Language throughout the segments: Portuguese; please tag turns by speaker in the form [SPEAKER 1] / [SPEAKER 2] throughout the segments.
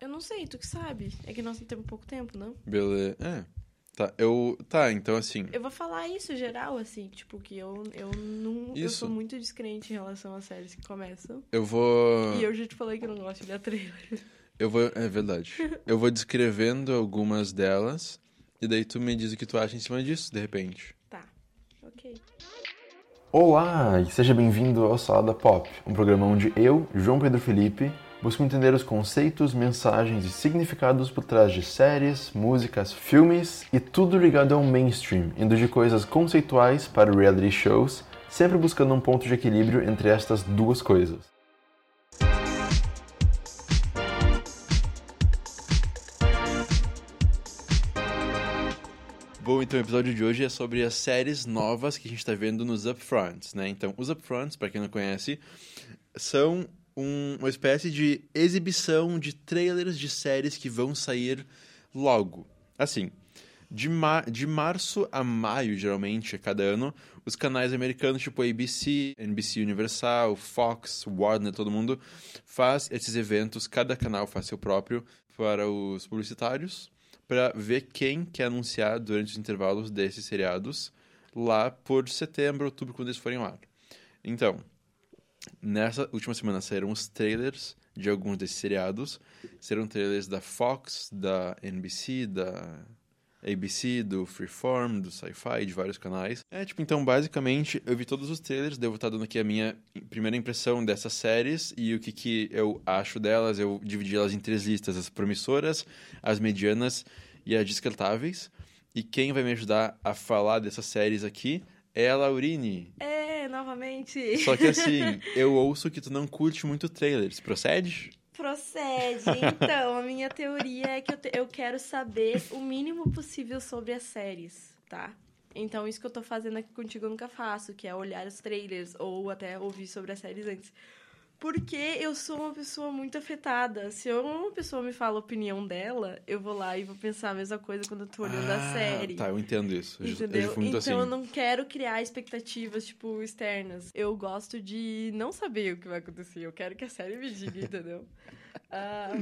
[SPEAKER 1] Eu não sei, tu que sabe. É que nós temos pouco tempo, não?
[SPEAKER 2] Beleza. É. Tá, eu. Tá, então assim.
[SPEAKER 1] Eu vou falar isso geral, assim, tipo, que eu, eu não. Eu
[SPEAKER 2] Isso.
[SPEAKER 1] sou muito descrente em relação às séries que começam.
[SPEAKER 2] Eu vou.
[SPEAKER 1] E eu já te falei que eu não gosto de olhar trailer.
[SPEAKER 2] Eu vou. É verdade. Eu vou descrevendo algumas delas. E daí tu me diz o que tu acha em cima disso, de repente.
[SPEAKER 1] Tá. Ok.
[SPEAKER 3] Olá e seja bem-vindo ao Salada Pop, um programa onde eu, João Pedro Felipe, busco entender os conceitos, mensagens e significados por trás de séries, músicas, filmes e tudo ligado ao mainstream, indo de coisas conceituais para reality shows, sempre buscando um ponto de equilíbrio entre estas duas coisas.
[SPEAKER 2] Bom, então o episódio de hoje é sobre as séries novas que a gente tá vendo nos Upfronts, né? Então, os Upfronts, pra quem não conhece, são um- uma espécie de exibição de trailers de séries que vão sair logo. Assim, de, ma- de março a maio, geralmente, a cada ano, os canais americanos, tipo ABC, NBC Universal, Fox, Warner, todo mundo, faz esses eventos, cada canal faz seu próprio, para os publicitários, para ver quem quer anunciar durante os intervalos desses seriados, lá por setembro, outubro, quando eles forem lá. Então, Nessa última semana saíram os trailers de alguns desses seriados. Serão trailers da Fox, da NBC, da ABC, do Freeform, do Sci-Fi, de vários canais. É, tipo, então, basicamente, eu vi todos os trailers, devo estar dando aqui a minha primeira impressão dessas séries e o que, que eu acho delas. Eu dividi elas em três listas: as promissoras, as medianas e as descartáveis. E quem vai me ajudar a falar dessas séries aqui é a Laurine.
[SPEAKER 1] É, novamente.
[SPEAKER 2] Só que assim, eu ouço que tu não curte muito trailers, procede?
[SPEAKER 1] Procede. Então, a minha teoria é que eu, te- eu quero saber o mínimo possível sobre as séries, tá? Então, isso que eu tô fazendo aqui contigo eu nunca faço, que é olhar os trailers ou até ouvir sobre as séries antes. Porque eu sou uma pessoa muito afetada. Se eu- uma pessoa me fala a opinião dela, eu vou lá e vou pensar a mesma coisa quando eu tô olhando a
[SPEAKER 2] Ah,
[SPEAKER 1] série.
[SPEAKER 2] Tá, eu entendo isso. Eu já- Eu já
[SPEAKER 1] Entendeu?
[SPEAKER 2] fui muito
[SPEAKER 1] então eu
[SPEAKER 2] assim.
[SPEAKER 1] não quero criar expectativas, tipo, externas. Eu gosto de não saber o que vai acontecer. Eu quero que a série me diga, entendeu? Ah,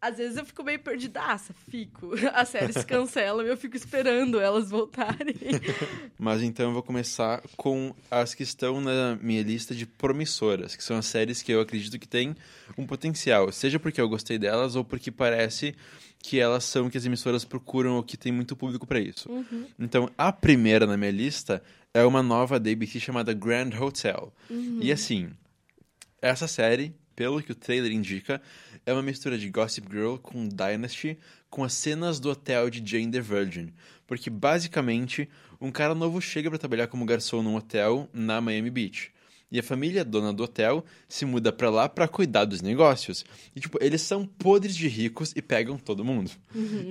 [SPEAKER 1] às vezes eu fico meio perdidaça, fico. As séries cancelam e eu fico esperando elas voltarem.
[SPEAKER 2] Mas então eu vou começar com as que estão na minha lista de promissoras, que são as séries que eu acredito que têm um potencial, seja porque eu gostei delas ou porque parece que elas são o que as emissoras procuram ou que tem muito público pra isso. Então, a primeira na minha lista é uma nova da ABC chamada Grand Hotel. E assim, essa série, pelo que o trailer indica, é uma mistura de Gossip Girl com Dynasty, com as cenas do hotel de Jane the Virgin. Porque basicamente, um cara novo chega pra trabalhar como garçom num hotel na Miami Beach. E a família dona do hotel se muda pra lá pra cuidar dos negócios. E, tipo, eles são podres de ricos e pegam todo mundo. uhum.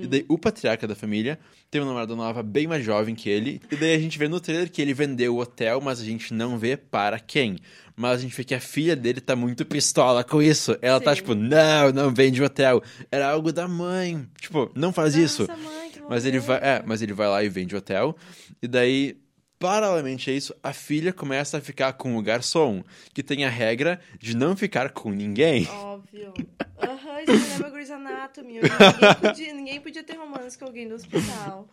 [SPEAKER 2] E
[SPEAKER 1] Uhum.
[SPEAKER 2] daí o patriarca da família tem uma namorada nova bem mais jovem que ele. E daí a gente vê no trailer que ele vendeu o hotel, mas a gente não vê para quem. Mas a gente vê que a filha dele tá muito pistola com isso. Ela tá
[SPEAKER 1] Sim.
[SPEAKER 2] tipo, não, não vende o hotel. Era algo da mãe. Tipo, não faz isso.
[SPEAKER 1] Nossa, mãe, que
[SPEAKER 2] Mas ele vai,
[SPEAKER 1] loucura.
[SPEAKER 2] é, mas ele vai lá e vende o hotel. E daí, paralelamente a isso, a filha começa a ficar com o garçom, que tem a regra de não ficar com ninguém.
[SPEAKER 1] Óbvio. Aham, isso me lembra Grey's Anatomy. onde Ninguém podia, ninguém podia ter romance com alguém do hospital.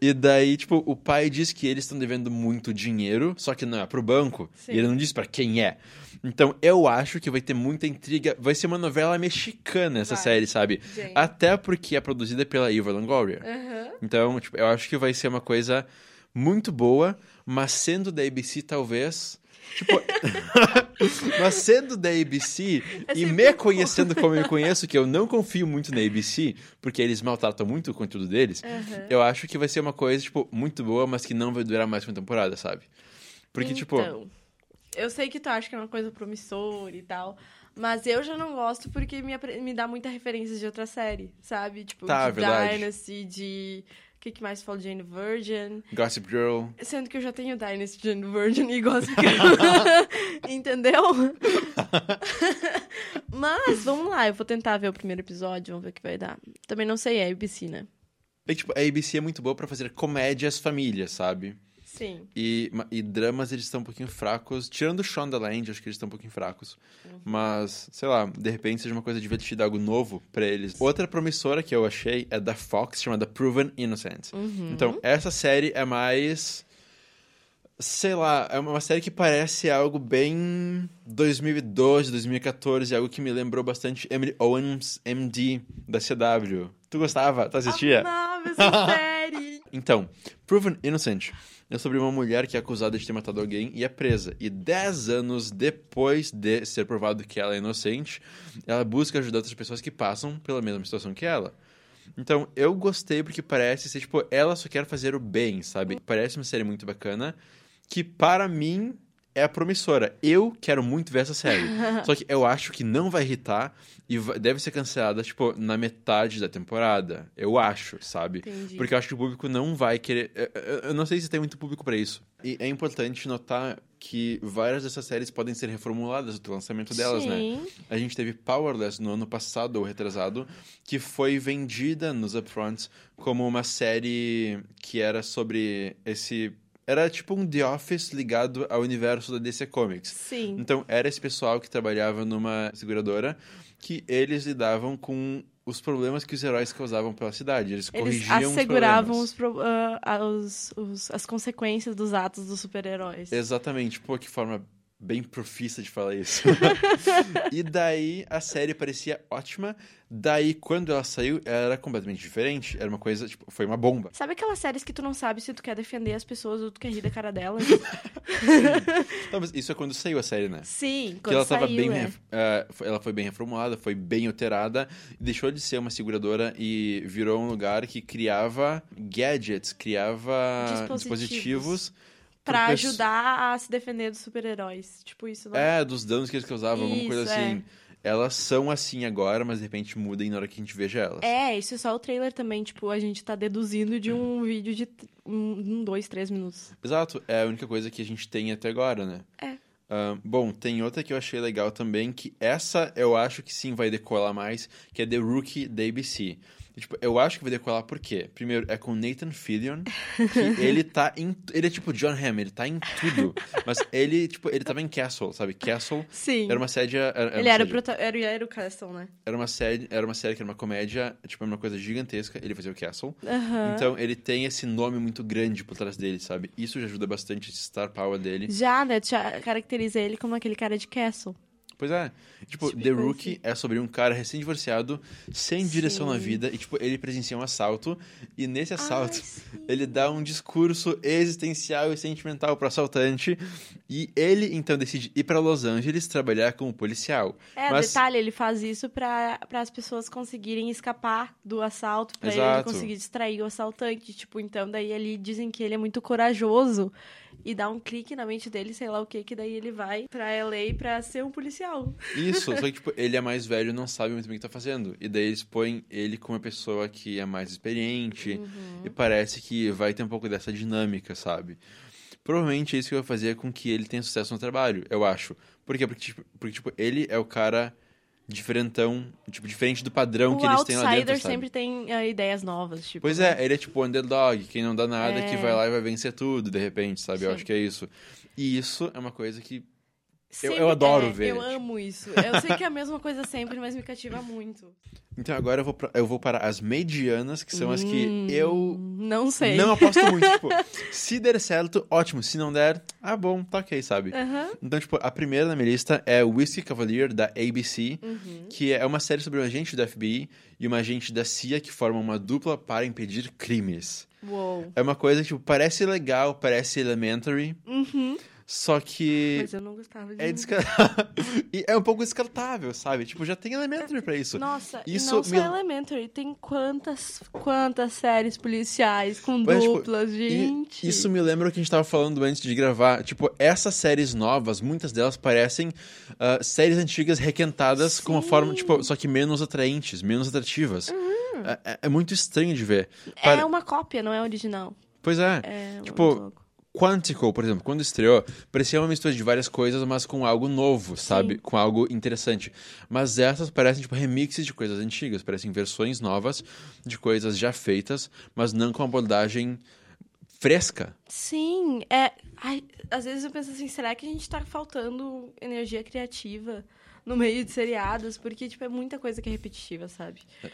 [SPEAKER 2] E daí, tipo, o pai diz que eles estão devendo muito dinheiro, só que não é pro banco.
[SPEAKER 1] Sim.
[SPEAKER 2] E ele não diz pra quem é. Então, eu acho que vai ter muita intriga. Vai ser uma novela mexicana essa
[SPEAKER 1] Vai.
[SPEAKER 2] série, sabe?
[SPEAKER 1] Gente.
[SPEAKER 2] Até porque é produzida pela Eva Longoria.
[SPEAKER 1] Aham.
[SPEAKER 2] Então, tipo, eu acho que vai ser uma coisa muito boa, mas sendo da ABC, talvez. Tipo, mas sendo da ABC
[SPEAKER 1] É
[SPEAKER 2] e
[SPEAKER 1] sempre
[SPEAKER 2] me
[SPEAKER 1] um
[SPEAKER 2] conhecendo como eu me conheço, que eu não confio muito na ABC, porque eles maltratam muito o conteúdo deles,
[SPEAKER 1] Aham.
[SPEAKER 2] eu acho que vai ser uma coisa, tipo, muito boa, mas que não vai durar mais que uma temporada, sabe? Porque, tipo,
[SPEAKER 1] Então, eu sei que tu acha que é uma coisa promissora e tal, mas eu já não gosto porque me, apre- me dá muita referência de outra série, sabe? Tipo,
[SPEAKER 2] Tá,
[SPEAKER 1] de
[SPEAKER 2] verdade.
[SPEAKER 1] Dynasty, de... O que, que mais fala? Jane Virgin.
[SPEAKER 2] Gossip Girl.
[SPEAKER 1] Sendo que eu já tenho Dynasty, Jane Virgin e Gossip Girl. Entendeu? mas, vamos lá. Eu vou tentar ver o primeiro episódio, vamos ver o que vai dar. Também não sei, é ABC, né?
[SPEAKER 2] É, que, tipo, a ABC é muito boa pra fazer comédias famílias, sabe?
[SPEAKER 1] Sim.
[SPEAKER 2] E, ma- e dramas eles estão um pouquinho fracos. Tirando Shondaland, acho que eles estão um pouquinho fracos. Mas, sei lá, de repente seja uma coisa divertida, algo novo pra eles. Outra promissora que eu achei é da Fox, chamada Proven Innocent.
[SPEAKER 1] Uhum.
[SPEAKER 2] Então, essa série é mais. Sei lá, é uma série que parece algo bem 2012, 2014, algo que me lembrou bastante Emily Owens, MD, da CW. Tu gostava? Tu assistia?
[SPEAKER 1] Amava essa série.
[SPEAKER 2] Então, Proven Innocent é sobre uma mulher que é acusada de ter matado alguém e é presa. E 10 anos depois de ser provado que ela é inocente, ela busca ajudar outras pessoas que passam pela mesma situação que ela. Então, eu gostei porque parece ser, tipo, ela só quer fazer o bem, sabe? Parece uma série muito bacana, que para mim é promissora. Eu quero muito ver essa série. só que eu acho que não vai irritar e va- deve ser cancelada, tipo, na metade da temporada. Eu acho, sabe?
[SPEAKER 1] Entendi.
[SPEAKER 2] Porque é eu acho que o público não vai querer. eu- eu- Eu não sei se tem muito público pra isso. E é importante notar que várias dessas séries podem ser reformuladas do lançamento delas, né?
[SPEAKER 1] Sim.
[SPEAKER 2] A gente teve Powerless no ano passado, ou retrasado, que foi vendida nos upfronts como uma série que era sobre esse. Era tipo um The Office ligado ao universo da DC Comics.
[SPEAKER 1] Sim.
[SPEAKER 2] Então, era esse pessoal que trabalhava numa seguradora que eles lidavam com os problemas que os heróis causavam pela cidade. Eles,
[SPEAKER 1] Eles
[SPEAKER 2] corrigiam os
[SPEAKER 1] asseguravam
[SPEAKER 2] problemas.
[SPEAKER 1] os pro- ah, ah, os- os- as consequências dos atos dos super-heróis.
[SPEAKER 2] Exatamente. Pô, que forma bem profissa de falar isso. e daí, a série parecia ótima. Daí, quando ela saiu, ela era completamente diferente. Era uma coisa, tipo, foi uma bomba.
[SPEAKER 1] Sabe aquelas séries que tu não sabe se tu quer defender as pessoas ou tu quer rir da cara delas?
[SPEAKER 2] Tá, mas isso é quando saiu a série, né?
[SPEAKER 1] Sim,
[SPEAKER 2] que
[SPEAKER 1] quando
[SPEAKER 2] ela
[SPEAKER 1] saiu,
[SPEAKER 2] tava bem,
[SPEAKER 1] é.
[SPEAKER 2] ref- ah, foi- ela foi bem reformulada, foi bem alterada, deixou de ser uma seguradora e virou um lugar que criava gadgets, criava
[SPEAKER 1] Dispositivos.
[SPEAKER 2] dispositivos, pro
[SPEAKER 1] Pra
[SPEAKER 2] pesso-
[SPEAKER 1] ajudar a se defender dos super-heróis. Tipo isso, não
[SPEAKER 2] é dos danos que eles causavam, alguma coisa
[SPEAKER 1] Isso, é.
[SPEAKER 2] assim. Elas são assim agora, mas de repente mudem na hora que a gente veja elas.
[SPEAKER 1] É, isso é só o trailer também. Tipo, a gente tá deduzindo de
[SPEAKER 2] Uhum.
[SPEAKER 1] um vídeo de t- um, um, dois, três minutos.
[SPEAKER 2] Exato, é a única coisa que a gente tem até agora, né?
[SPEAKER 1] É.
[SPEAKER 2] Ah, bom, tem outra que eu achei legal também, que essa eu acho que sim vai decolar mais, que é The Rookie da ABC. E, tipo, eu acho que vai decolar por quê? Primeiro, é com Nathan Fillion, que ele tá em... Ele é tipo John Hamm, ele tá em tudo. Mas ele, tipo, ele tava em Castle, sabe? Castle
[SPEAKER 1] Sim.
[SPEAKER 2] era uma série... Era, era
[SPEAKER 1] Ele
[SPEAKER 2] uma
[SPEAKER 1] era o,
[SPEAKER 2] série-
[SPEAKER 1] prota... era, o- era o Castle, né?
[SPEAKER 2] era uma série, era uma série que era uma comédia, tipo, era uma coisa gigantesca, ele fazia o Castle.
[SPEAKER 1] Aham.
[SPEAKER 2] Então, ele tem esse nome muito grande por trás dele, sabe? Isso já ajuda bastante esse star power dele.
[SPEAKER 1] Já, né? Já caracteriza ele como aquele cara de Castle.
[SPEAKER 2] Pois é. Tipo,
[SPEAKER 1] Tipo
[SPEAKER 2] The
[SPEAKER 1] coisa
[SPEAKER 2] Rookie é sobre um cara recém-divorciado, sem direção na
[SPEAKER 1] Sim.
[SPEAKER 2] vida, e, tipo, ele presencia um assalto, e nesse assalto.
[SPEAKER 1] Ai, sim.
[SPEAKER 2] Ele dá um discurso existencial e sentimental pro assaltante e ele então decide ir pra Los Angeles trabalhar como policial.
[SPEAKER 1] É,
[SPEAKER 2] Mas-
[SPEAKER 1] detalhe, ele faz isso pra, pra as pessoas conseguirem escapar do assalto, pra ele
[SPEAKER 2] Exato.
[SPEAKER 1] conseguir distrair o assaltante. Tipo, então, daí ali dizem que ele é muito corajoso e dá um clique na mente dele, sei lá o que, que daí ele vai pra LA pra ser um policial.
[SPEAKER 2] Isso, só que, tipo, ele é mais velho e não sabe muito bem o que tá fazendo. E daí eles põem ele como uma pessoa que é mais experiente.
[SPEAKER 1] Uhum.
[SPEAKER 2] E parece que vai ter um pouco dessa dinâmica, sabe? Provavelmente é isso que vai fazer com que ele tenha sucesso no trabalho, eu acho. Por quê? Porque, tipo, porque, tipo, ele é o cara diferentão, tipo, diferente do padrão que
[SPEAKER 1] o
[SPEAKER 2] eles têm lá
[SPEAKER 1] outsider
[SPEAKER 2] dentro, sabe?
[SPEAKER 1] sempre tem ah, ideias novas, tipo.
[SPEAKER 2] Pois é, ele é tipo underdog, quem não dá nada,
[SPEAKER 1] É.
[SPEAKER 2] que vai lá e vai vencer tudo, de repente, sabe? Eu
[SPEAKER 1] Sim.
[SPEAKER 2] acho que é isso. E isso é uma coisa que eu
[SPEAKER 1] Sempre-
[SPEAKER 2] adoro
[SPEAKER 1] é,
[SPEAKER 2] ver,
[SPEAKER 1] Eu
[SPEAKER 2] tipo.
[SPEAKER 1] amo isso. Eu sei que é a mesma coisa sempre, mas me cativa muito.
[SPEAKER 2] Então agora eu vou, pra- eu vou para as medianas, que são as é que
[SPEAKER 1] Hum,
[SPEAKER 2] eu
[SPEAKER 1] Não sei.
[SPEAKER 2] não aposto muito. tipo, se der certo, ótimo. Se não der, ah, bom, tá ok, sabe?
[SPEAKER 1] Aham.
[SPEAKER 2] Então, tipo, a primeira na minha lista é Whiskey Cavalier, da ABC,
[SPEAKER 1] Uhum.
[SPEAKER 2] que é uma série sobre um agente do FBI e um agente da CIA que formam uma dupla para impedir crimes.
[SPEAKER 1] Uou.
[SPEAKER 2] É uma coisa que, tipo, parece legal, parece elementary,
[SPEAKER 1] Uhum.
[SPEAKER 2] só que...
[SPEAKER 1] Mas eu não gostava de
[SPEAKER 2] É,
[SPEAKER 1] nada.
[SPEAKER 2] desca... e é um pouco descartável, sabe? Tipo, já tem elementary pra isso.
[SPEAKER 1] Nossa,
[SPEAKER 2] Isso
[SPEAKER 1] e não só
[SPEAKER 2] me-
[SPEAKER 1] Elementary, tem quantas, quantas séries policiais com
[SPEAKER 2] Mas, tipo,
[SPEAKER 1] duplas,
[SPEAKER 2] E
[SPEAKER 1] gente.
[SPEAKER 2] Isso me lembra o que a gente tava falando antes de gravar. Tipo, essas séries novas, muitas delas parecem ah, séries antigas requentadas com uma
[SPEAKER 1] Sim.
[SPEAKER 2] forma, tipo, só que menos atraentes, menos atrativas. É, é- é muito estranho de ver.
[SPEAKER 1] É
[SPEAKER 2] Pare-
[SPEAKER 1] uma cópia, não é original.
[SPEAKER 2] Pois é.
[SPEAKER 1] É
[SPEAKER 2] Tipo,
[SPEAKER 1] muito louco.
[SPEAKER 2] Quantico, por exemplo, quando estreou, parecia uma mistura de várias coisas, mas com algo novo, sabe? Com algo interessante. Mas essas parecem, tipo, remixes de coisas antigas, parecem versões novas de coisas já feitas, mas não com abordagem fresca.
[SPEAKER 1] Sim, é. ai, às vezes eu penso assim, será que a gente tá faltando energia criativa no meio de seriados? Porque, tipo, é muita coisa que é repetitiva, sabe?
[SPEAKER 2] É.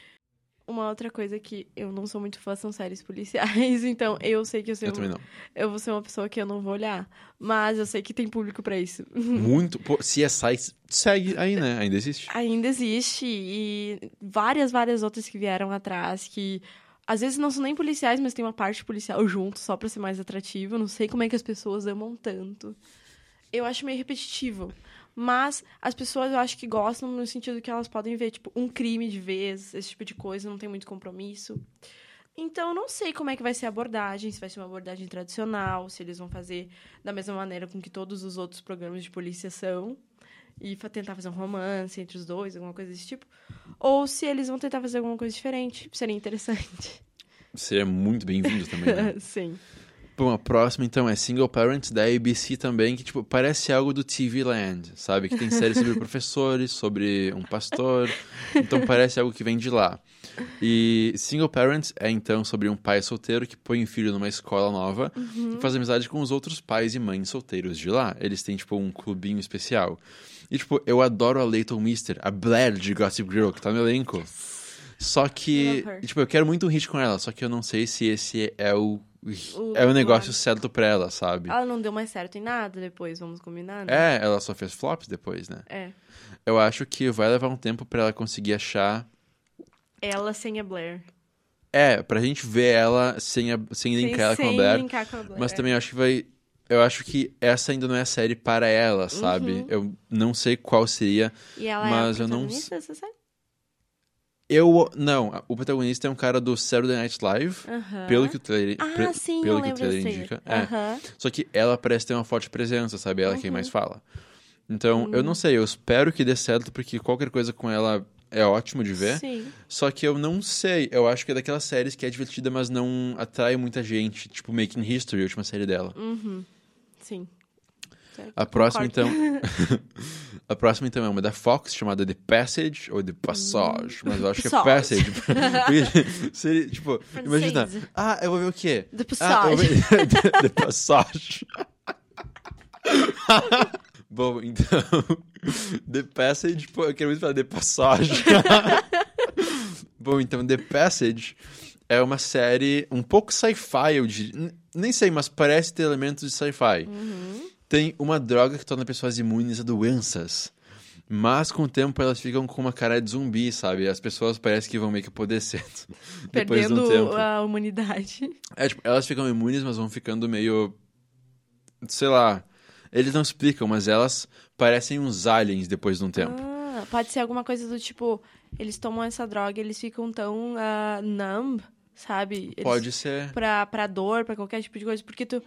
[SPEAKER 1] Uma outra coisa é que eu não sou muito fã são séries policiais, então eu sei que eu, sei
[SPEAKER 2] Eu também não.
[SPEAKER 1] eu vou ser uma pessoa que eu não vou olhar. Mas eu sei que tem público pra isso.
[SPEAKER 2] Muito. Pô, CSI segue aí, né? Ainda existe.
[SPEAKER 1] Ainda existe e várias, várias outras que vieram atrás que às vezes não são nem policiais, mas tem uma parte policial junto só pra ser mais atrativo. Não sei como é que as pessoas amam tanto. Eu acho meio repetitivo, mas as pessoas eu acho que gostam no sentido que elas podem ver tipo um crime de vez, esse tipo de coisa, não tem muito compromisso. Então, eu não sei como é que vai ser a abordagem, se vai ser uma abordagem tradicional, se eles vão fazer da mesma maneira com que todos os outros programas de polícia são, e fa- tentar fazer um romance entre os dois, alguma coisa desse tipo. Ou se eles vão tentar fazer alguma coisa diferente, seria interessante.
[SPEAKER 2] Seria muito bem-vindo também, né?
[SPEAKER 1] Sim.
[SPEAKER 2] Bom, a próxima então é Single Parents da ABC também, que tipo, parece algo do TV Land, sabe? Que tem séries sobre professores, sobre um pastor. Então parece algo que vem de lá. E Single Parents é então sobre um pai solteiro que põe o filho numa escola nova
[SPEAKER 1] Uhum.
[SPEAKER 2] e faz amizade com os outros pais e mães solteiros de lá. Eles têm tipo um clubinho especial. E tipo, eu adoro a Leighton Mister, a Blair de Gossip Girl, que tá no elenco. Só que,
[SPEAKER 1] Love her.
[SPEAKER 2] tipo, eu quero muito um hit com ela, só que eu não sei se esse é o
[SPEAKER 1] O
[SPEAKER 2] é o
[SPEAKER 1] plano.
[SPEAKER 2] negócio certo pra ela, sabe?
[SPEAKER 1] Ela não deu mais certo em nada depois, vamos combinar, né?
[SPEAKER 2] É, ela só fez flops depois, né?
[SPEAKER 1] É.
[SPEAKER 2] Eu acho que vai levar um tempo pra ela conseguir achar.
[SPEAKER 1] Ela sem a Blair.
[SPEAKER 2] É, pra gente ver ela sem, a- sem linkar ela com a
[SPEAKER 1] sem é.
[SPEAKER 2] Blair.
[SPEAKER 1] linkar com a Blair.
[SPEAKER 2] Mas também eu acho que vai. Eu acho que essa ainda não é a série para ela, sabe?
[SPEAKER 1] Uhum.
[SPEAKER 2] Eu não sei qual seria.
[SPEAKER 1] E ela
[SPEAKER 2] mas
[SPEAKER 1] é a
[SPEAKER 2] eu não
[SPEAKER 1] protagonista dessa série?
[SPEAKER 2] Eu. Não, o protagonista é um cara do Saturday Night Live.
[SPEAKER 1] Aham.
[SPEAKER 2] Pelo que o trailer,
[SPEAKER 1] Ah,
[SPEAKER 2] pre-
[SPEAKER 1] sim,
[SPEAKER 2] pelo
[SPEAKER 1] eu
[SPEAKER 2] que o
[SPEAKER 1] lembro
[SPEAKER 2] trailer
[SPEAKER 1] desse
[SPEAKER 2] indica. É.
[SPEAKER 1] trailer. Aham.
[SPEAKER 2] Só que ela parece ter uma forte presença, sabe? Ela é quem
[SPEAKER 1] Uhum.
[SPEAKER 2] mais fala. Então, eu não sei, eu espero que dê certo, porque qualquer coisa com ela é ótimo de ver.
[SPEAKER 1] Sim.
[SPEAKER 2] Só que eu não sei, eu acho que é daquelas séries que é divertida, mas não atrai muita gente. Tipo, Making History, a última série dela.
[SPEAKER 1] Hum, Sim.
[SPEAKER 2] A próxima, então.
[SPEAKER 1] Concordo.
[SPEAKER 2] a próxima, então, é uma da Fox, chamada The Passage, ou The Passage, mas eu acho que é
[SPEAKER 1] Passage.
[SPEAKER 2] Passage. Porque seria, tipo, imagina.
[SPEAKER 1] Francês.
[SPEAKER 2] Ah, eu vou ver o quê?
[SPEAKER 1] The
[SPEAKER 2] Ah, eu vou ver- The Passage. Bom, então. The Passage, pô, eu quero muito falar The Passage. Bom, então, The Passage é uma série um pouco sci-fi, eu diria. N- Nem sei, mas parece ter elementos de sci-fi.
[SPEAKER 1] Uhum.
[SPEAKER 2] Tem uma droga que torna pessoas imunes a doenças. Mas com o tempo elas ficam com uma cara de zumbi, sabe? As pessoas parecem que vão meio que apodrecendo. Depois de um tempo.
[SPEAKER 1] Perdendo a humanidade.
[SPEAKER 2] É, tipo, elas ficam imunes, mas vão ficando meio. Sei lá. Eles não explicam, mas elas parecem uns aliens depois de um tempo.
[SPEAKER 1] Ah, pode ser alguma coisa do tipo, eles tomam essa droga e eles ficam tão ah, numb, sabe? Eles,
[SPEAKER 2] Pode ser.
[SPEAKER 1] Pra, pra dor, pra qualquer tipo de coisa. Porque tu,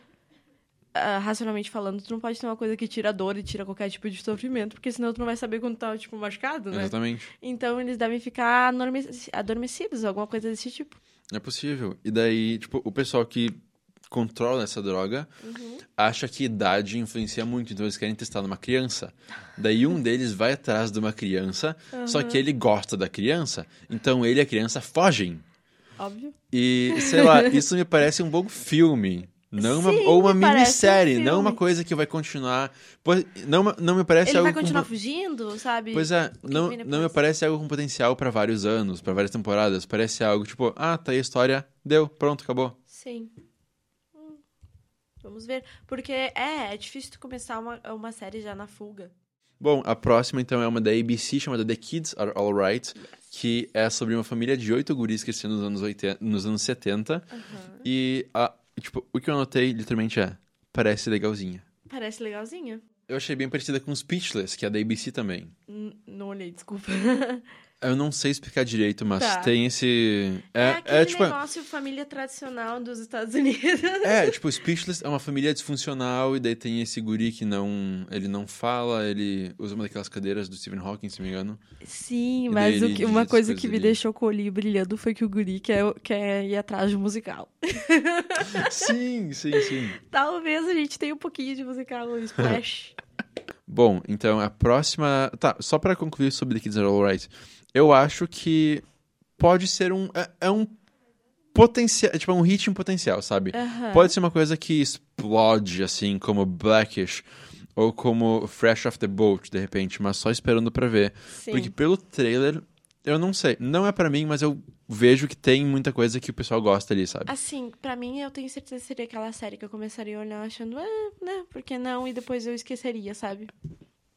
[SPEAKER 1] ah, racionalmente falando, tu não pode ter uma coisa que tira a dor e tira qualquer tipo de sofrimento, porque senão tu não vai saber quando tá, tipo, machucado, né?
[SPEAKER 2] Exatamente.
[SPEAKER 1] Então eles devem ficar anorme- adormecidos, alguma coisa desse tipo.
[SPEAKER 2] Não é possível. E daí, tipo, o pessoal que controla essa droga acha que idade influencia muito, então eles querem testar numa criança. Daí um deles vai atrás de uma criança,
[SPEAKER 1] Uhum.
[SPEAKER 2] só que ele gosta da criança, então ele e a criança fogem.
[SPEAKER 1] Óbvio.
[SPEAKER 2] E, sei lá, isso me parece um bom filme. Não uma-
[SPEAKER 1] Sim,
[SPEAKER 2] ou uma
[SPEAKER 1] me parece um
[SPEAKER 2] minissérie, não
[SPEAKER 1] filme.
[SPEAKER 2] uma coisa que vai continuar. Pois- não, ma- não me parece
[SPEAKER 1] Ele
[SPEAKER 2] algo.
[SPEAKER 1] vai continuar
[SPEAKER 2] é com, po-
[SPEAKER 1] fugindo, sabe?
[SPEAKER 2] Pois é, não,
[SPEAKER 1] vem depois.
[SPEAKER 2] não me parece algo com potencial pra vários anos, pra várias temporadas. Parece algo tipo, ah, tá aí a história, deu, pronto, acabou.
[SPEAKER 1] Sim. Hum, Vamos ver. Porque é, é difícil tu começar uma, uma série já na fuga.
[SPEAKER 2] Bom, a próxima então é uma da ABC chamada The Kids Are Alright, que é sobre uma família de oito guris que cresceu nos anos, 80, nos anos 70. E, a, tipo, o que eu anotei literalmente é: parece legalzinha.
[SPEAKER 1] Parece legalzinha.
[SPEAKER 2] Eu achei bem parecida com Speechless, que é da ABC também.
[SPEAKER 1] N- não olhei, desculpa.
[SPEAKER 2] Eu não sei explicar direito, mas
[SPEAKER 1] Tá.
[SPEAKER 2] tem esse.
[SPEAKER 1] É,
[SPEAKER 2] É,
[SPEAKER 1] aquele
[SPEAKER 2] é, tipo.
[SPEAKER 1] negócio família tradicional dos Estados Unidos.
[SPEAKER 2] É, tipo, Speechless é uma família disfuncional, e daí tem esse guri que não. Ele não fala, ele usa uma daquelas cadeiras do Stephen Hawking, se não me engano.
[SPEAKER 1] Sim,
[SPEAKER 2] E
[SPEAKER 1] mas
[SPEAKER 2] daí
[SPEAKER 1] o que-
[SPEAKER 2] ele
[SPEAKER 1] uma
[SPEAKER 2] diz
[SPEAKER 1] coisa
[SPEAKER 2] coisas
[SPEAKER 1] que me
[SPEAKER 2] ali.
[SPEAKER 1] deixou com o olhinho brilhando foi que o guri quer, quer ir atrás de um musical.
[SPEAKER 2] sim, sim, sim.
[SPEAKER 1] Talvez a gente tenha um pouquinho de musical no Splash.
[SPEAKER 2] Bom, então a próxima. Tá, só pra concluir sobre The Kids Are Alright. Eu acho que pode ser um. É, é um potencial, tipo, um hit em potencial, sabe?
[SPEAKER 1] Aham.
[SPEAKER 2] Pode ser uma coisa que explode, assim, como Blackish ou como Fresh Off the Boat, de repente, mas só esperando pra ver.
[SPEAKER 1] Sim.
[SPEAKER 2] Porque pelo trailer, eu não sei. Não é pra mim, mas eu vejo que tem muita coisa que o pessoal gosta ali, sabe?
[SPEAKER 1] Assim, pra mim, eu tenho certeza que seria aquela série que eu começaria a olhar achando, ah, né, por que não? E depois eu esqueceria, sabe?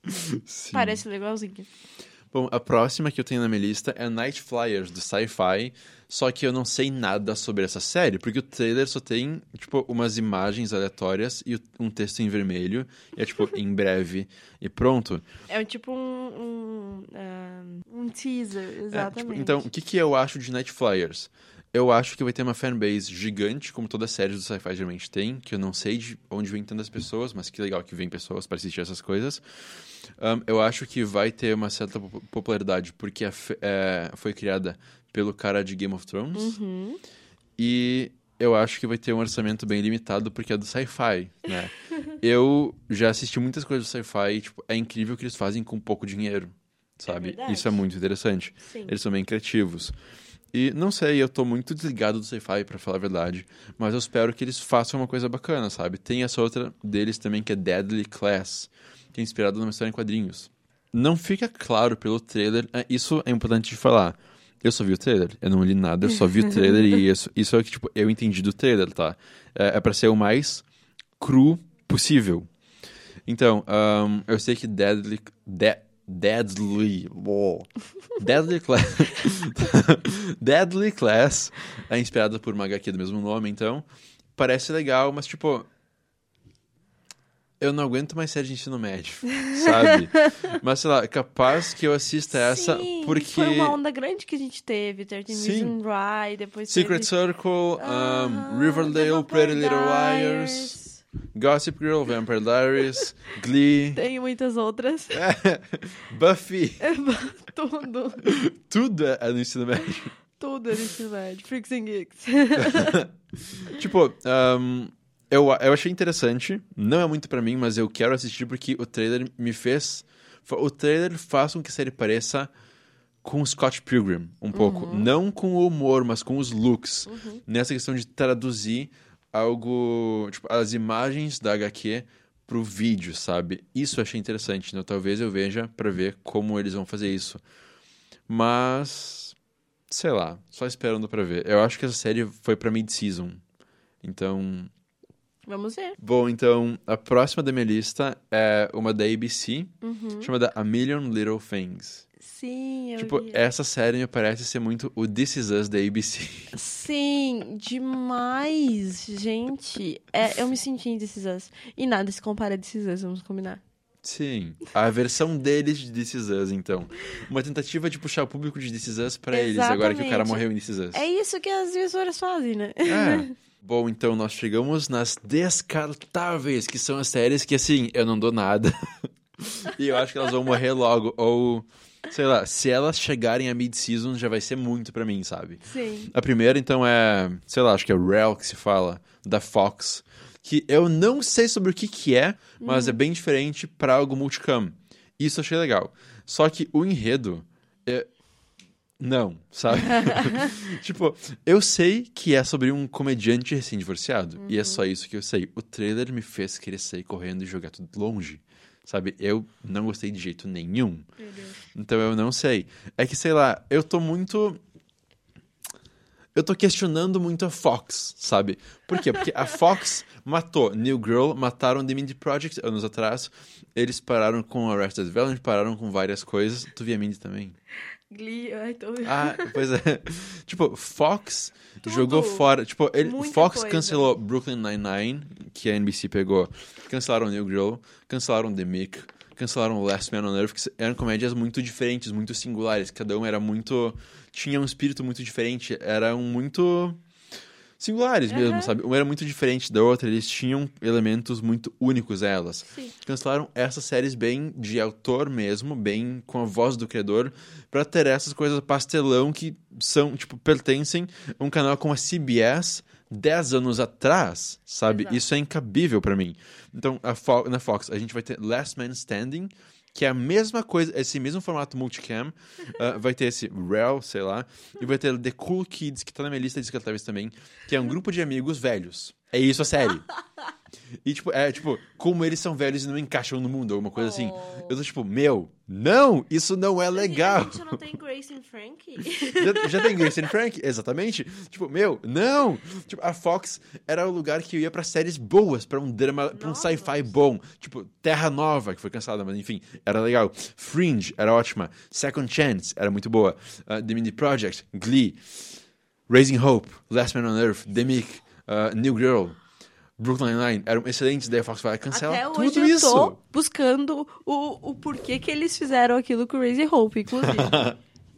[SPEAKER 2] Sim.
[SPEAKER 1] É, Parece legalzinho.
[SPEAKER 2] Bom, a próxima que eu tenho na minha lista é Night Flyers, do Sci-Fi. Só que eu não sei nada sobre essa série, porque o trailer só tem, tipo, umas imagens aleatórias e um texto em vermelho. E é, tipo, em breve e pronto.
[SPEAKER 1] É um tipo um. Um, ah, um teaser,
[SPEAKER 2] É, tipo,
[SPEAKER 1] exatamente.
[SPEAKER 2] então, o que, que eu acho de Night Flyers? Eu acho que vai ter uma fanbase gigante, como todas as séries do Sci-Fi geralmente tem, que eu não sei de onde vem tantas pessoas, mas que legal que vem pessoas para assistir essas coisas. Ahn, eu acho que vai ter uma certa po- popularidade, porque a fe- é, foi criada pelo cara de Game of Thrones,
[SPEAKER 1] Uhum.
[SPEAKER 2] e eu acho que vai ter um orçamento bem limitado, porque é do sci-fi, né? eu já assisti muitas coisas do sci-fi, e, tipo, é incrível o que eles fazem com pouco dinheiro, sabe?
[SPEAKER 1] verdade.
[SPEAKER 2] Isso é muito interessante.
[SPEAKER 1] Sim.
[SPEAKER 2] Eles são bem criativos. E não sei, eu tô muito desligado do sci-fi, pra falar a verdade. Mas eu espero que eles façam uma coisa bacana, sabe? Tem essa outra deles também, que é Deadly Class, que é inspirada numa história em quadrinhos. Não fica claro pelo trailer, é, isso é importante de falar. Eu só vi o trailer, eu não li nada, eu só vi o trailer e isso, isso é o que tipo, eu entendi do trailer, tá? É, é pra ser o mais cru possível. Então, ahn, eu sei que Deadly. De, deadly. uou. Deadly Class. Deadly Class é inspirada por uma HQ do mesmo nome, então. Parece legal, mas tipo. Eu não aguento mais série de ensino médio, sabe? mas sei lá, capaz que eu assista essa
[SPEAKER 1] Sim,
[SPEAKER 2] porque.
[SPEAKER 1] Foi uma onda grande que a gente teve. 13 Reasons Why, depois.
[SPEAKER 2] Secret
[SPEAKER 1] teve...
[SPEAKER 2] Circle,
[SPEAKER 1] Aham,
[SPEAKER 2] um, Riverdale, Pretty Little
[SPEAKER 1] Ah, Vampire
[SPEAKER 2] Liars,
[SPEAKER 1] Diaries.
[SPEAKER 2] Gossip Girl, Vampire Diaries, Glee,
[SPEAKER 1] Tem muitas outras.
[SPEAKER 2] É. Buffy,
[SPEAKER 1] tudo.
[SPEAKER 2] tudo é no ensino médio.
[SPEAKER 1] Tudo é nesse velho. Freaks and Geeks.
[SPEAKER 2] tipo, um, eu, eu achei interessante, não é muito pra mim, mas eu quero assistir porque o trailer me fez... O trailer faz com que a série pareça com o Scott Pilgrim, um pouco. Não com o humor, mas com os looks. Nessa questão de traduzir algo, tipo, as imagens da HQ pro vídeo, sabe? Isso eu achei interessante, então talvez eu veja pra ver como eles vão fazer isso. Mas sei lá, só esperando pra ver. Eu acho que essa série foi pra mid-season. Então,
[SPEAKER 1] Vamos ver.
[SPEAKER 2] bom, então a próxima da minha lista é uma da ABC, chamada A Million Little Things.
[SPEAKER 1] Sim, Uhum. eu
[SPEAKER 2] Uhum. Tipo,
[SPEAKER 1] ia.
[SPEAKER 2] essa série me parece ser muito o This Is Us da ABC.
[SPEAKER 1] Sim, demais, gente. É, eu me senti em This Is Us. E nada se compara a This Is Us, vamos combinar.
[SPEAKER 2] Sim. A versão deles de This Is Us, então. Uma tentativa de puxar o público de This Is Us pra eles, agora que o cara
[SPEAKER 1] Exatamente.
[SPEAKER 2] morreu em This Is Us.
[SPEAKER 1] É isso que as visoras fazem, né?
[SPEAKER 2] É. Bom, então nós chegamos nas descartáveis, que são as séries que, assim, eu não dou nada. e eu acho que elas vão morrer logo. Ou, sei lá, se elas chegarem a mid-season, já vai ser muito pra mim, sabe?
[SPEAKER 1] Sim.
[SPEAKER 2] A primeira, então, é, sei lá, acho que é Rel que se fala, da Fox. Que eu não sei sobre o que que é, mas é bem diferente pra algo multicam. Isso eu achei legal. Só que o enredo. é- Não, sabe? tipo, eu sei que é sobre um comediante recém-divorciado. E é só isso que eu sei. O trailer me fez querer sair correndo e jogar tudo longe. Sabe? Eu não gostei de jeito nenhum. Então eu não sei. É que, sei lá, eu tô muito. Eu tô questionando muito a Fox, sabe? Por quê? Porque a Fox matou New Girl, mataram The Mindy Project anos atrás. Eles pararam com Arrested Development, pararam com várias coisas. Tu via Mindy também?
[SPEAKER 1] Glee, ai, tô...
[SPEAKER 2] Ah, pois é. tipo, Fox
[SPEAKER 1] Tudo.
[SPEAKER 2] jogou fora. Tipo, ele,
[SPEAKER 1] Muita
[SPEAKER 2] Fox
[SPEAKER 1] coisa.
[SPEAKER 2] cancelou Brooklyn Nine-Nine, que a NBC pegou. Cancelaram New Girl, cancelaram The Mick, cancelaram Last Man on Earth, que eram comédias muito diferentes, muito singulares. Cada um era muito. Tinha um espírito muito diferente. Eram muito. Singulares mesmo,
[SPEAKER 1] Aham.
[SPEAKER 2] sabe? Um era muito diferente da outra, eles tinham elementos muito únicos a elas
[SPEAKER 1] Sim.
[SPEAKER 2] cancelaram essas séries bem de autor mesmo, bem com a voz do criador, pra ter essas coisas pastelão que são, tipo, pertencem a um canal como a CBS 10 anos atrás, sabe?
[SPEAKER 1] Exato.
[SPEAKER 2] Isso é incabível pra mim. Então, a Fo- na Fox, a gente vai ter Last Man Standing, que é a mesma coisa, esse mesmo formato multicam, ah, vai ter esse Rel, sei lá, e vai ter The Cool Kids, que tá na minha lista de descartáveis também, que é um grupo de amigos velhos. É isso a série. E, tipo, é, tipo, como eles são velhos e não encaixam no mundo, alguma coisa assim.
[SPEAKER 1] Oh.
[SPEAKER 2] Eu tô tipo, meu, não, isso não é legal.
[SPEAKER 1] A gente não tem Grace and Frank?
[SPEAKER 2] Já, já tem Grace and Frank? Exatamente. Tipo, meu, não! Tipo, a Fox era o lugar que eu ia pra séries boas, pra um drama, pra um
[SPEAKER 1] Nossa.
[SPEAKER 2] sci-fi bom. Tipo, Terra Nova, que foi cancelada, mas enfim, era legal. Fringe, era ótima. Second Chance, era muito boa. Uh, The Mini Project, Glee. Raising Hope, Last Man on Earth, The Mick, uh, New Girl, Brooklyn Nine-Nine, eram excelentes. Daí a Fox vai cancelar
[SPEAKER 1] Até hoje
[SPEAKER 2] tudo
[SPEAKER 1] eu
[SPEAKER 2] isso.
[SPEAKER 1] tô buscando o, o porquê que eles fizeram aquilo com Crazy Hope, inclusive.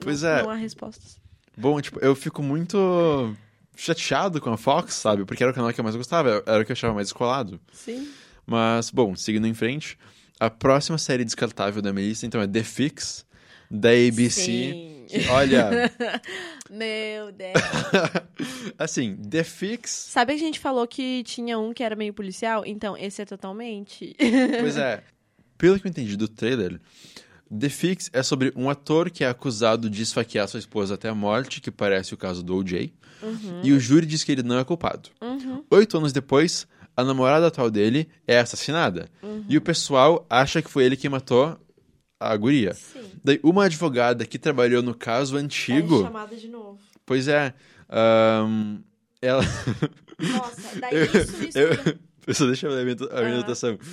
[SPEAKER 2] Pois
[SPEAKER 1] não,
[SPEAKER 2] é.
[SPEAKER 1] Não há respostas.
[SPEAKER 2] Bom, tipo, eu fico muito chateado com a Fox, sabe? Porque era o canal que eu mais gostava, era o que eu achava mais descolado.
[SPEAKER 1] Sim.
[SPEAKER 2] Mas, bom, seguindo em frente, a próxima série descartável da minha lista, então, é The Fix, da ABC.
[SPEAKER 1] Sim.
[SPEAKER 2] que, olha,
[SPEAKER 1] Meu Deus.
[SPEAKER 2] assim, The Fix,
[SPEAKER 1] Sabe que a gente falou que tinha um que era meio policial? Então, esse é totalmente.
[SPEAKER 2] pois é, pelo que eu entendi do trailer, The Fix é sobre um ator que é acusado de esfaquear sua esposa até a morte, que parece o caso do O.J., e o júri diz que ele não é culpado.
[SPEAKER 1] Uhum.
[SPEAKER 2] Oito anos depois, a namorada atual dele é assassinada.
[SPEAKER 1] Uhum.
[SPEAKER 2] E o pessoal acha que foi ele que matou a guria.
[SPEAKER 1] Sim.
[SPEAKER 2] Daí, uma advogada que trabalhou no caso
[SPEAKER 1] É
[SPEAKER 2] antigo.
[SPEAKER 1] chamada de novo.
[SPEAKER 2] pois é. ahn, ela.
[SPEAKER 1] Nossa, daí
[SPEAKER 2] Eu-
[SPEAKER 1] é isso, né? isso.
[SPEAKER 2] eu- eu só deixa eu ler a minha- a minha
[SPEAKER 1] Ah.
[SPEAKER 2] anotação.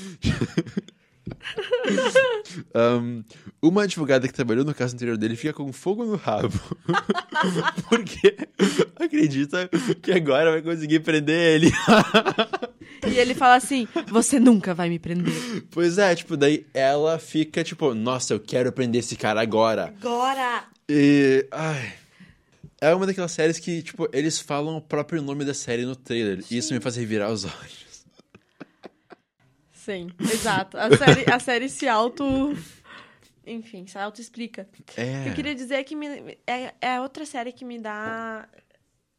[SPEAKER 2] Ahn, uma advogada que trabalhou no caso anterior dele fica com fogo no rabo. porque acredita que agora vai conseguir prender ele.
[SPEAKER 1] E ele fala assim: Você nunca vai me prender.
[SPEAKER 2] Pois é, tipo, daí ela fica tipo, nossa, eu quero prender esse cara agora.
[SPEAKER 1] Agora!
[SPEAKER 2] E. Ai. É uma daquelas séries que, tipo, eles falam o próprio nome da série no trailer. E isso me faz revirar os olhos.
[SPEAKER 1] Sim, exato. A série, a série se auto. Enfim, se auto-explica. O que
[SPEAKER 2] É.
[SPEAKER 1] Eu queria dizer que me- é, é outra série que me dá.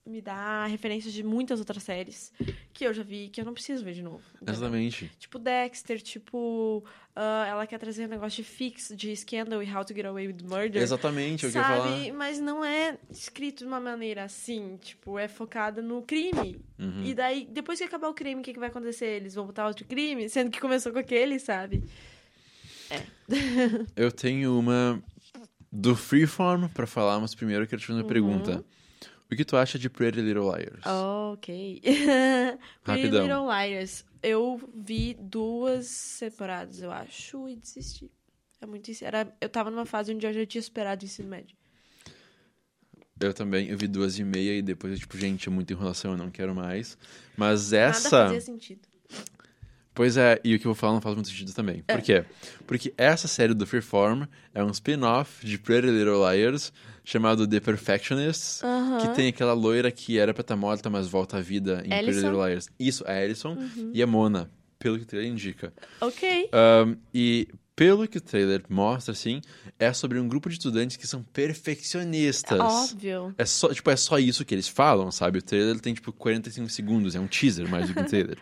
[SPEAKER 1] Me dá referências de muitas outras séries que eu já vi, que eu não preciso ver de novo. entendeu?
[SPEAKER 2] Exatamente.
[SPEAKER 1] Tipo Dexter, tipo. ah, ela quer trazer um negócio de fix, de scandal e how to get away with murder.
[SPEAKER 2] Exatamente, é o que eu ia falar.
[SPEAKER 1] Sabe? Mas não é escrito de uma maneira assim. Tipo, é focada no crime.
[SPEAKER 2] Uhum.
[SPEAKER 1] E daí, depois que acabar o crime, o que, que vai acontecer? Eles vão botar outro crime? Sendo que começou com aquele, sabe?
[SPEAKER 2] Eu tenho uma do Freeform pra falar, mas primeiro eu quero te
[SPEAKER 1] Uhum.
[SPEAKER 2] fazer uma pergunta. O que tu acha de Pretty Little Liars?
[SPEAKER 1] Oh. Ok. Pretty
[SPEAKER 2] Rapidão.
[SPEAKER 1] Little Liars. Eu vi duas temporadas, eu acho, e desisti. É muito isso. Era, eu tava numa fase onde eu já tinha esperado o ensino médio.
[SPEAKER 2] Eu também, eu vi duas e meia e depois eu, tipo, gente, é muita enrolação, eu não quero mais. Mas
[SPEAKER 1] Nada
[SPEAKER 2] essa.
[SPEAKER 1] fazia sentido.
[SPEAKER 2] Pois é, e o que eu vou falar não faz muito sentido também. Por quê? Porque essa série do Freeform é um spin-off de Pretty Little Liars chamado The Perfectionists,
[SPEAKER 1] Aham.
[SPEAKER 2] que tem aquela loira que era pra estar morta, mas volta à vida em Pretty
[SPEAKER 1] Allison?
[SPEAKER 2] Little Liars. Isso, a Alison e a Mona, pelo que o trailer indica.
[SPEAKER 1] Ok.
[SPEAKER 2] Ahn, e pelo que o trailer mostra, assim, é sobre um grupo de estudantes que são perfeccionistas.
[SPEAKER 1] Óbvio.
[SPEAKER 2] É só, tipo, é só isso que eles falam, sabe? O trailer tem, tipo, 45 segundos. É um teaser mais do que um trailer.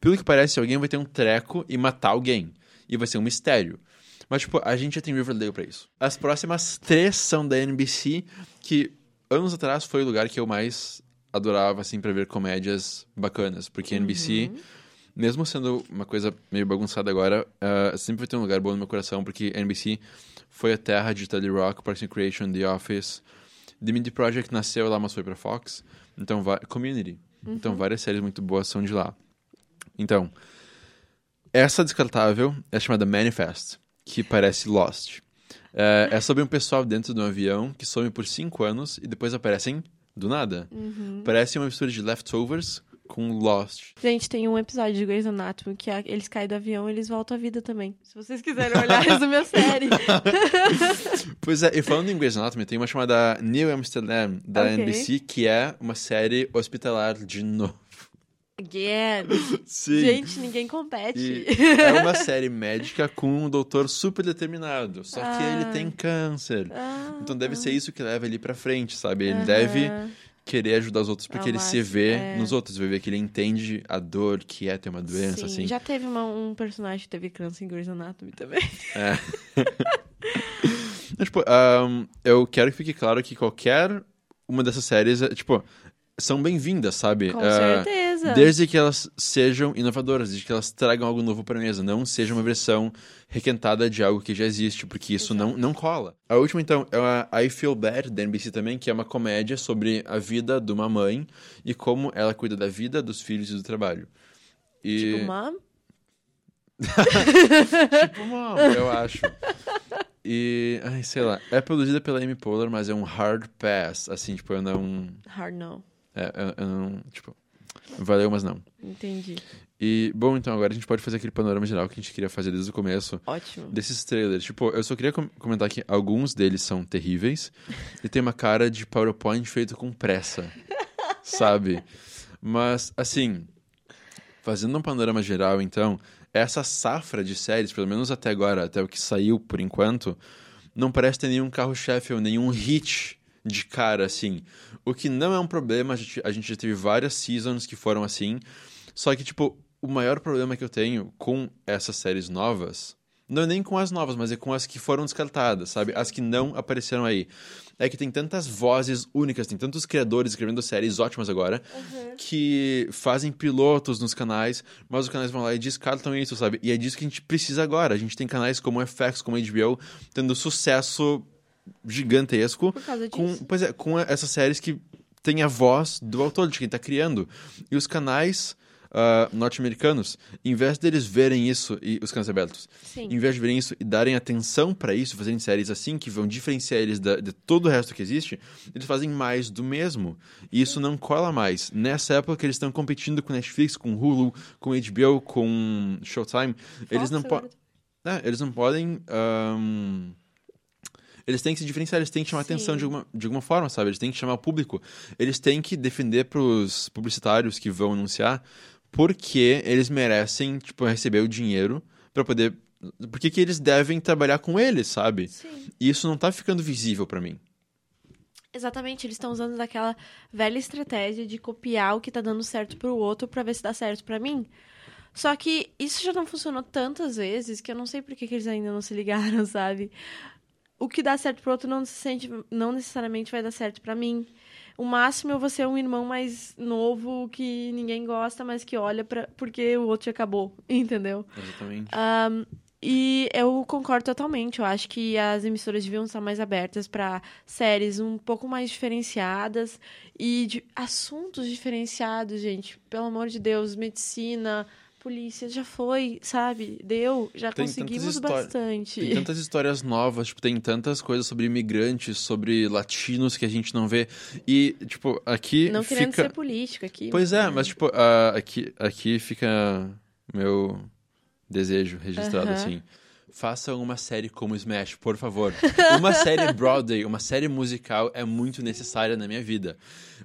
[SPEAKER 2] Pelo que parece, alguém vai ter um treco e matar alguém. E vai ser um mistério. Mas, tipo, a gente já tem Riverdale pra isso. As próximas três são da NBC, que anos atrás foi o lugar que eu mais adorava, assim, pra ver comédias bacanas. Porque a NBC, mesmo sendo uma coisa meio bagunçada agora, ah, sempre vai ter um lugar bom no meu coração, porque a NBC foi a terra de Teddy Rock, Parks and Creation, The Office. The Midi Project nasceu lá, mas foi pra Fox. Então, va- Community. Então, várias séries muito boas são de lá. Então, essa descartável é chamada Manifest, que parece Lost. É, é sobre um pessoal dentro de um avião que some por cinco anos e depois aparecem do nada.
[SPEAKER 1] Uhum.
[SPEAKER 2] Parece uma mistura de Leftovers com Lost.
[SPEAKER 1] Gente, tem um episódio de Grey's Anatomy que a- eles caem do avião eles voltam à vida também. Se vocês quiserem olhar, resume a série.
[SPEAKER 2] Pois é, e falando em Grey's Anatomy, tem uma chamada New Amsterdam, da
[SPEAKER 1] Ok.
[SPEAKER 2] NBC, que é uma série hospitalar de novo.
[SPEAKER 1] Again.
[SPEAKER 2] Sim.
[SPEAKER 1] Gente, ninguém compete.
[SPEAKER 2] E é uma série médica com um doutor super determinado. Só que
[SPEAKER 1] Ah.
[SPEAKER 2] ele tem câncer.
[SPEAKER 1] Ah,
[SPEAKER 2] Então deve ser isso que leva Então ele pra frente, sabe? Ele
[SPEAKER 1] aham.
[SPEAKER 2] deve querer ajudar os outros porque
[SPEAKER 1] Ah,
[SPEAKER 2] ele
[SPEAKER 1] mas,
[SPEAKER 2] se vê
[SPEAKER 1] é.
[SPEAKER 2] nos outros, vai ver que ele entende a dor que é ter uma doença,
[SPEAKER 1] Sim,
[SPEAKER 2] assim.
[SPEAKER 1] já teve uma- um personagem que teve câncer em Grey's Anatomy também.
[SPEAKER 2] Mas, tipo, ahn, eu quero que fique claro que qualquer uma dessas séries, é, tipo, são bem-vindas, sabe?
[SPEAKER 1] Com
[SPEAKER 2] Ah,
[SPEAKER 1] certeza.
[SPEAKER 2] Desde que elas sejam inovadoras, desde que elas tragam algo novo para a mesa, não seja uma versão requentada de algo que já existe, porque isso não, não cola. A última, então, é a I Feel Bad, da NBC também, que é uma comédia sobre a vida de uma mãe e como ela cuida da vida, dos filhos e do trabalho. E...
[SPEAKER 1] Tipo, mom,
[SPEAKER 2] Tipo, mama, eu acho. E, ai, sei lá, é produzida pela Amy Poehler, mas é um hard pass, assim, tipo, eu não,
[SPEAKER 1] hard no.
[SPEAKER 2] é, eu, eu não, tipo, valeu, mas não.
[SPEAKER 1] Entendi.
[SPEAKER 2] E, bom, então, agora a gente pode fazer aquele panorama geral que a gente queria fazer desde o começo
[SPEAKER 1] Ótimo.
[SPEAKER 2] desses trailers. Tipo, eu só queria com- comentar que alguns deles são terríveis e tem uma cara de PowerPoint feito com pressa, sabe? Mas, assim, fazendo um panorama geral, então, essa safra de séries, pelo menos até agora, até o que saiu por enquanto, não parece ter nenhum carro-chefe ou nenhum hit de cara, assim. O que não é um problema, a gente, a gente já teve várias seasons que foram assim. Só que, tipo, o maior problema que eu tenho com essas séries novas, não é nem com as novas, mas é com as que foram descartadas, sabe? As que não apareceram aí. É que tem tantas vozes únicas, tem tantos criadores escrevendo séries ótimas agora, que fazem pilotos nos canais, mas os canais vão lá e descartam isso, sabe? E é disso que a gente precisa agora. A gente tem canais como FX, como HBO, tendo sucesso gigantesco
[SPEAKER 1] Por causa
[SPEAKER 2] com,
[SPEAKER 1] disso.
[SPEAKER 2] pois é, com essas séries que tem a voz do autor, de quem tá criando. E os canais ah, norte-americanos, em vez deles verem isso, e os canais abertos,
[SPEAKER 1] Sim.
[SPEAKER 2] em vez de verem isso e darem atenção pra isso, fazerem séries assim, que vão diferenciar eles da- de todo o resto que existe, eles fazem mais do mesmo. E isso não cola mais. Nessa época que eles estão competindo com Netflix, com Hulu, com HBO, com Showtime,
[SPEAKER 1] Fox né?
[SPEAKER 2] eles não podem.
[SPEAKER 1] agora.
[SPEAKER 2] É, eles não podem. ahn, Eles têm que se diferenciar, eles têm que chamar
[SPEAKER 1] Sim.
[SPEAKER 2] atenção de alguma, de alguma forma, sabe? Eles têm que chamar o público. Eles têm que defender pros publicitários que vão anunciar porque eles merecem, tipo, receber o dinheiro pra poder. Porque que eles devem trabalhar com eles, sabe?
[SPEAKER 1] Sim.
[SPEAKER 2] E isso não tá ficando visível pra mim.
[SPEAKER 1] Exatamente, eles estão usando daquela velha estratégia de copiar o que tá dando certo pro outro pra ver se dá certo pra mim. Só que isso já não funcionou tantas vezes que eu não sei por que, que eles ainda não se ligaram, sabe? O que dá certo pro outro não, se sente, não necessariamente vai dar certo pra mim. O máximo eu vou ser um irmão mais novo que ninguém gosta, mas que olha pra, porque o outro já acabou, entendeu?
[SPEAKER 2] Exatamente.
[SPEAKER 1] Ah, E eu concordo totalmente. Eu acho que as emissoras deviam estar mais abertas para séries um pouco mais diferenciadas e de assuntos diferenciados, gente. Pelo amor de Deus, medicina, polícia, já foi, sabe? Deu, já
[SPEAKER 2] Tem tantas
[SPEAKER 1] conseguimos
[SPEAKER 2] histórias-
[SPEAKER 1] bastante.
[SPEAKER 2] Tem tantas histórias novas, tipo, tem tantas coisas sobre imigrantes, sobre latinos que a gente não vê. E, tipo, aqui.
[SPEAKER 1] Não querendo
[SPEAKER 2] fica...
[SPEAKER 1] ser político aqui. né?
[SPEAKER 2] Pois é, mas tipo, a- aqui, aqui fica meu desejo registrado,
[SPEAKER 1] Aham.
[SPEAKER 2] assim. Façam uma série como Smash, por favor. Uma série Broadway, uma série musical é muito necessária na minha vida.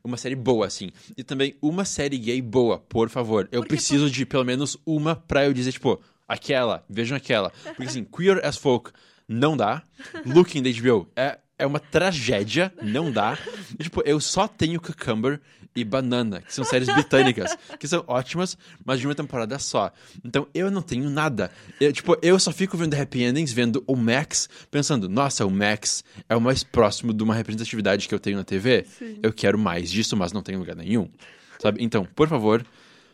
[SPEAKER 2] Uma série boa, assim. E também uma série gay boa, por favor. Eu
[SPEAKER 1] Porque,
[SPEAKER 2] preciso de pelo menos uma pra eu dizer, tipo, aquela, vejam aquela. Porque assim, Queer as Folk não dá. Looking da HBO é, é uma tragédia, não dá. E, tipo, eu só tenho Cucumber e Banana, que são séries britânicas, que são ótimas, mas de uma temporada só. Então eu não tenho nada. Eu, tipo, eu só fico vendo happy endings, vendo o Max, pensando, nossa, o Max é o mais próximo de uma representatividade que eu tenho na TV. Eu quero mais disso, mas não tenho lugar nenhum. Sabe? Então, por favor,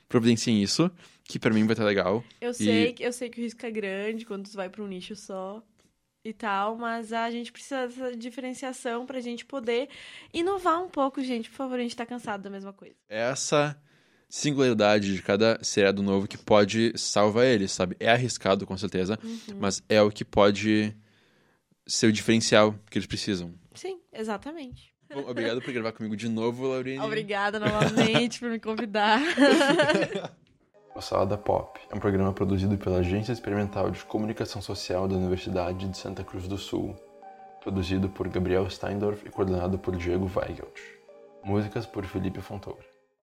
[SPEAKER 2] providenciem isso, que pra mim vai estar legal.
[SPEAKER 1] Eu
[SPEAKER 2] E-
[SPEAKER 1] sei, que- eu sei que o risco é grande quando tu vai para um nicho só e tal, mas a gente precisa dessa diferenciação pra gente poder inovar um pouco, gente. Por favor, a gente tá cansado da mesma coisa.
[SPEAKER 2] É essa singularidade de cada seriado novo que pode salvar ele, sabe? É arriscado, com certeza, mas é o que pode ser o diferencial que eles precisam.
[SPEAKER 1] Sim, exatamente.
[SPEAKER 2] Bom, obrigado por gravar comigo de novo, Laurine.
[SPEAKER 1] Obrigada novamente por me convidar.
[SPEAKER 3] Ossada Pop é um programa produzido pela Agência Experimental de Comunicação Social da Universidade de Santa Cruz do Sul, produzido por Gabriel Steindorf e coordenado por Diego Weigelt. Músicas por Felipe Fontoura.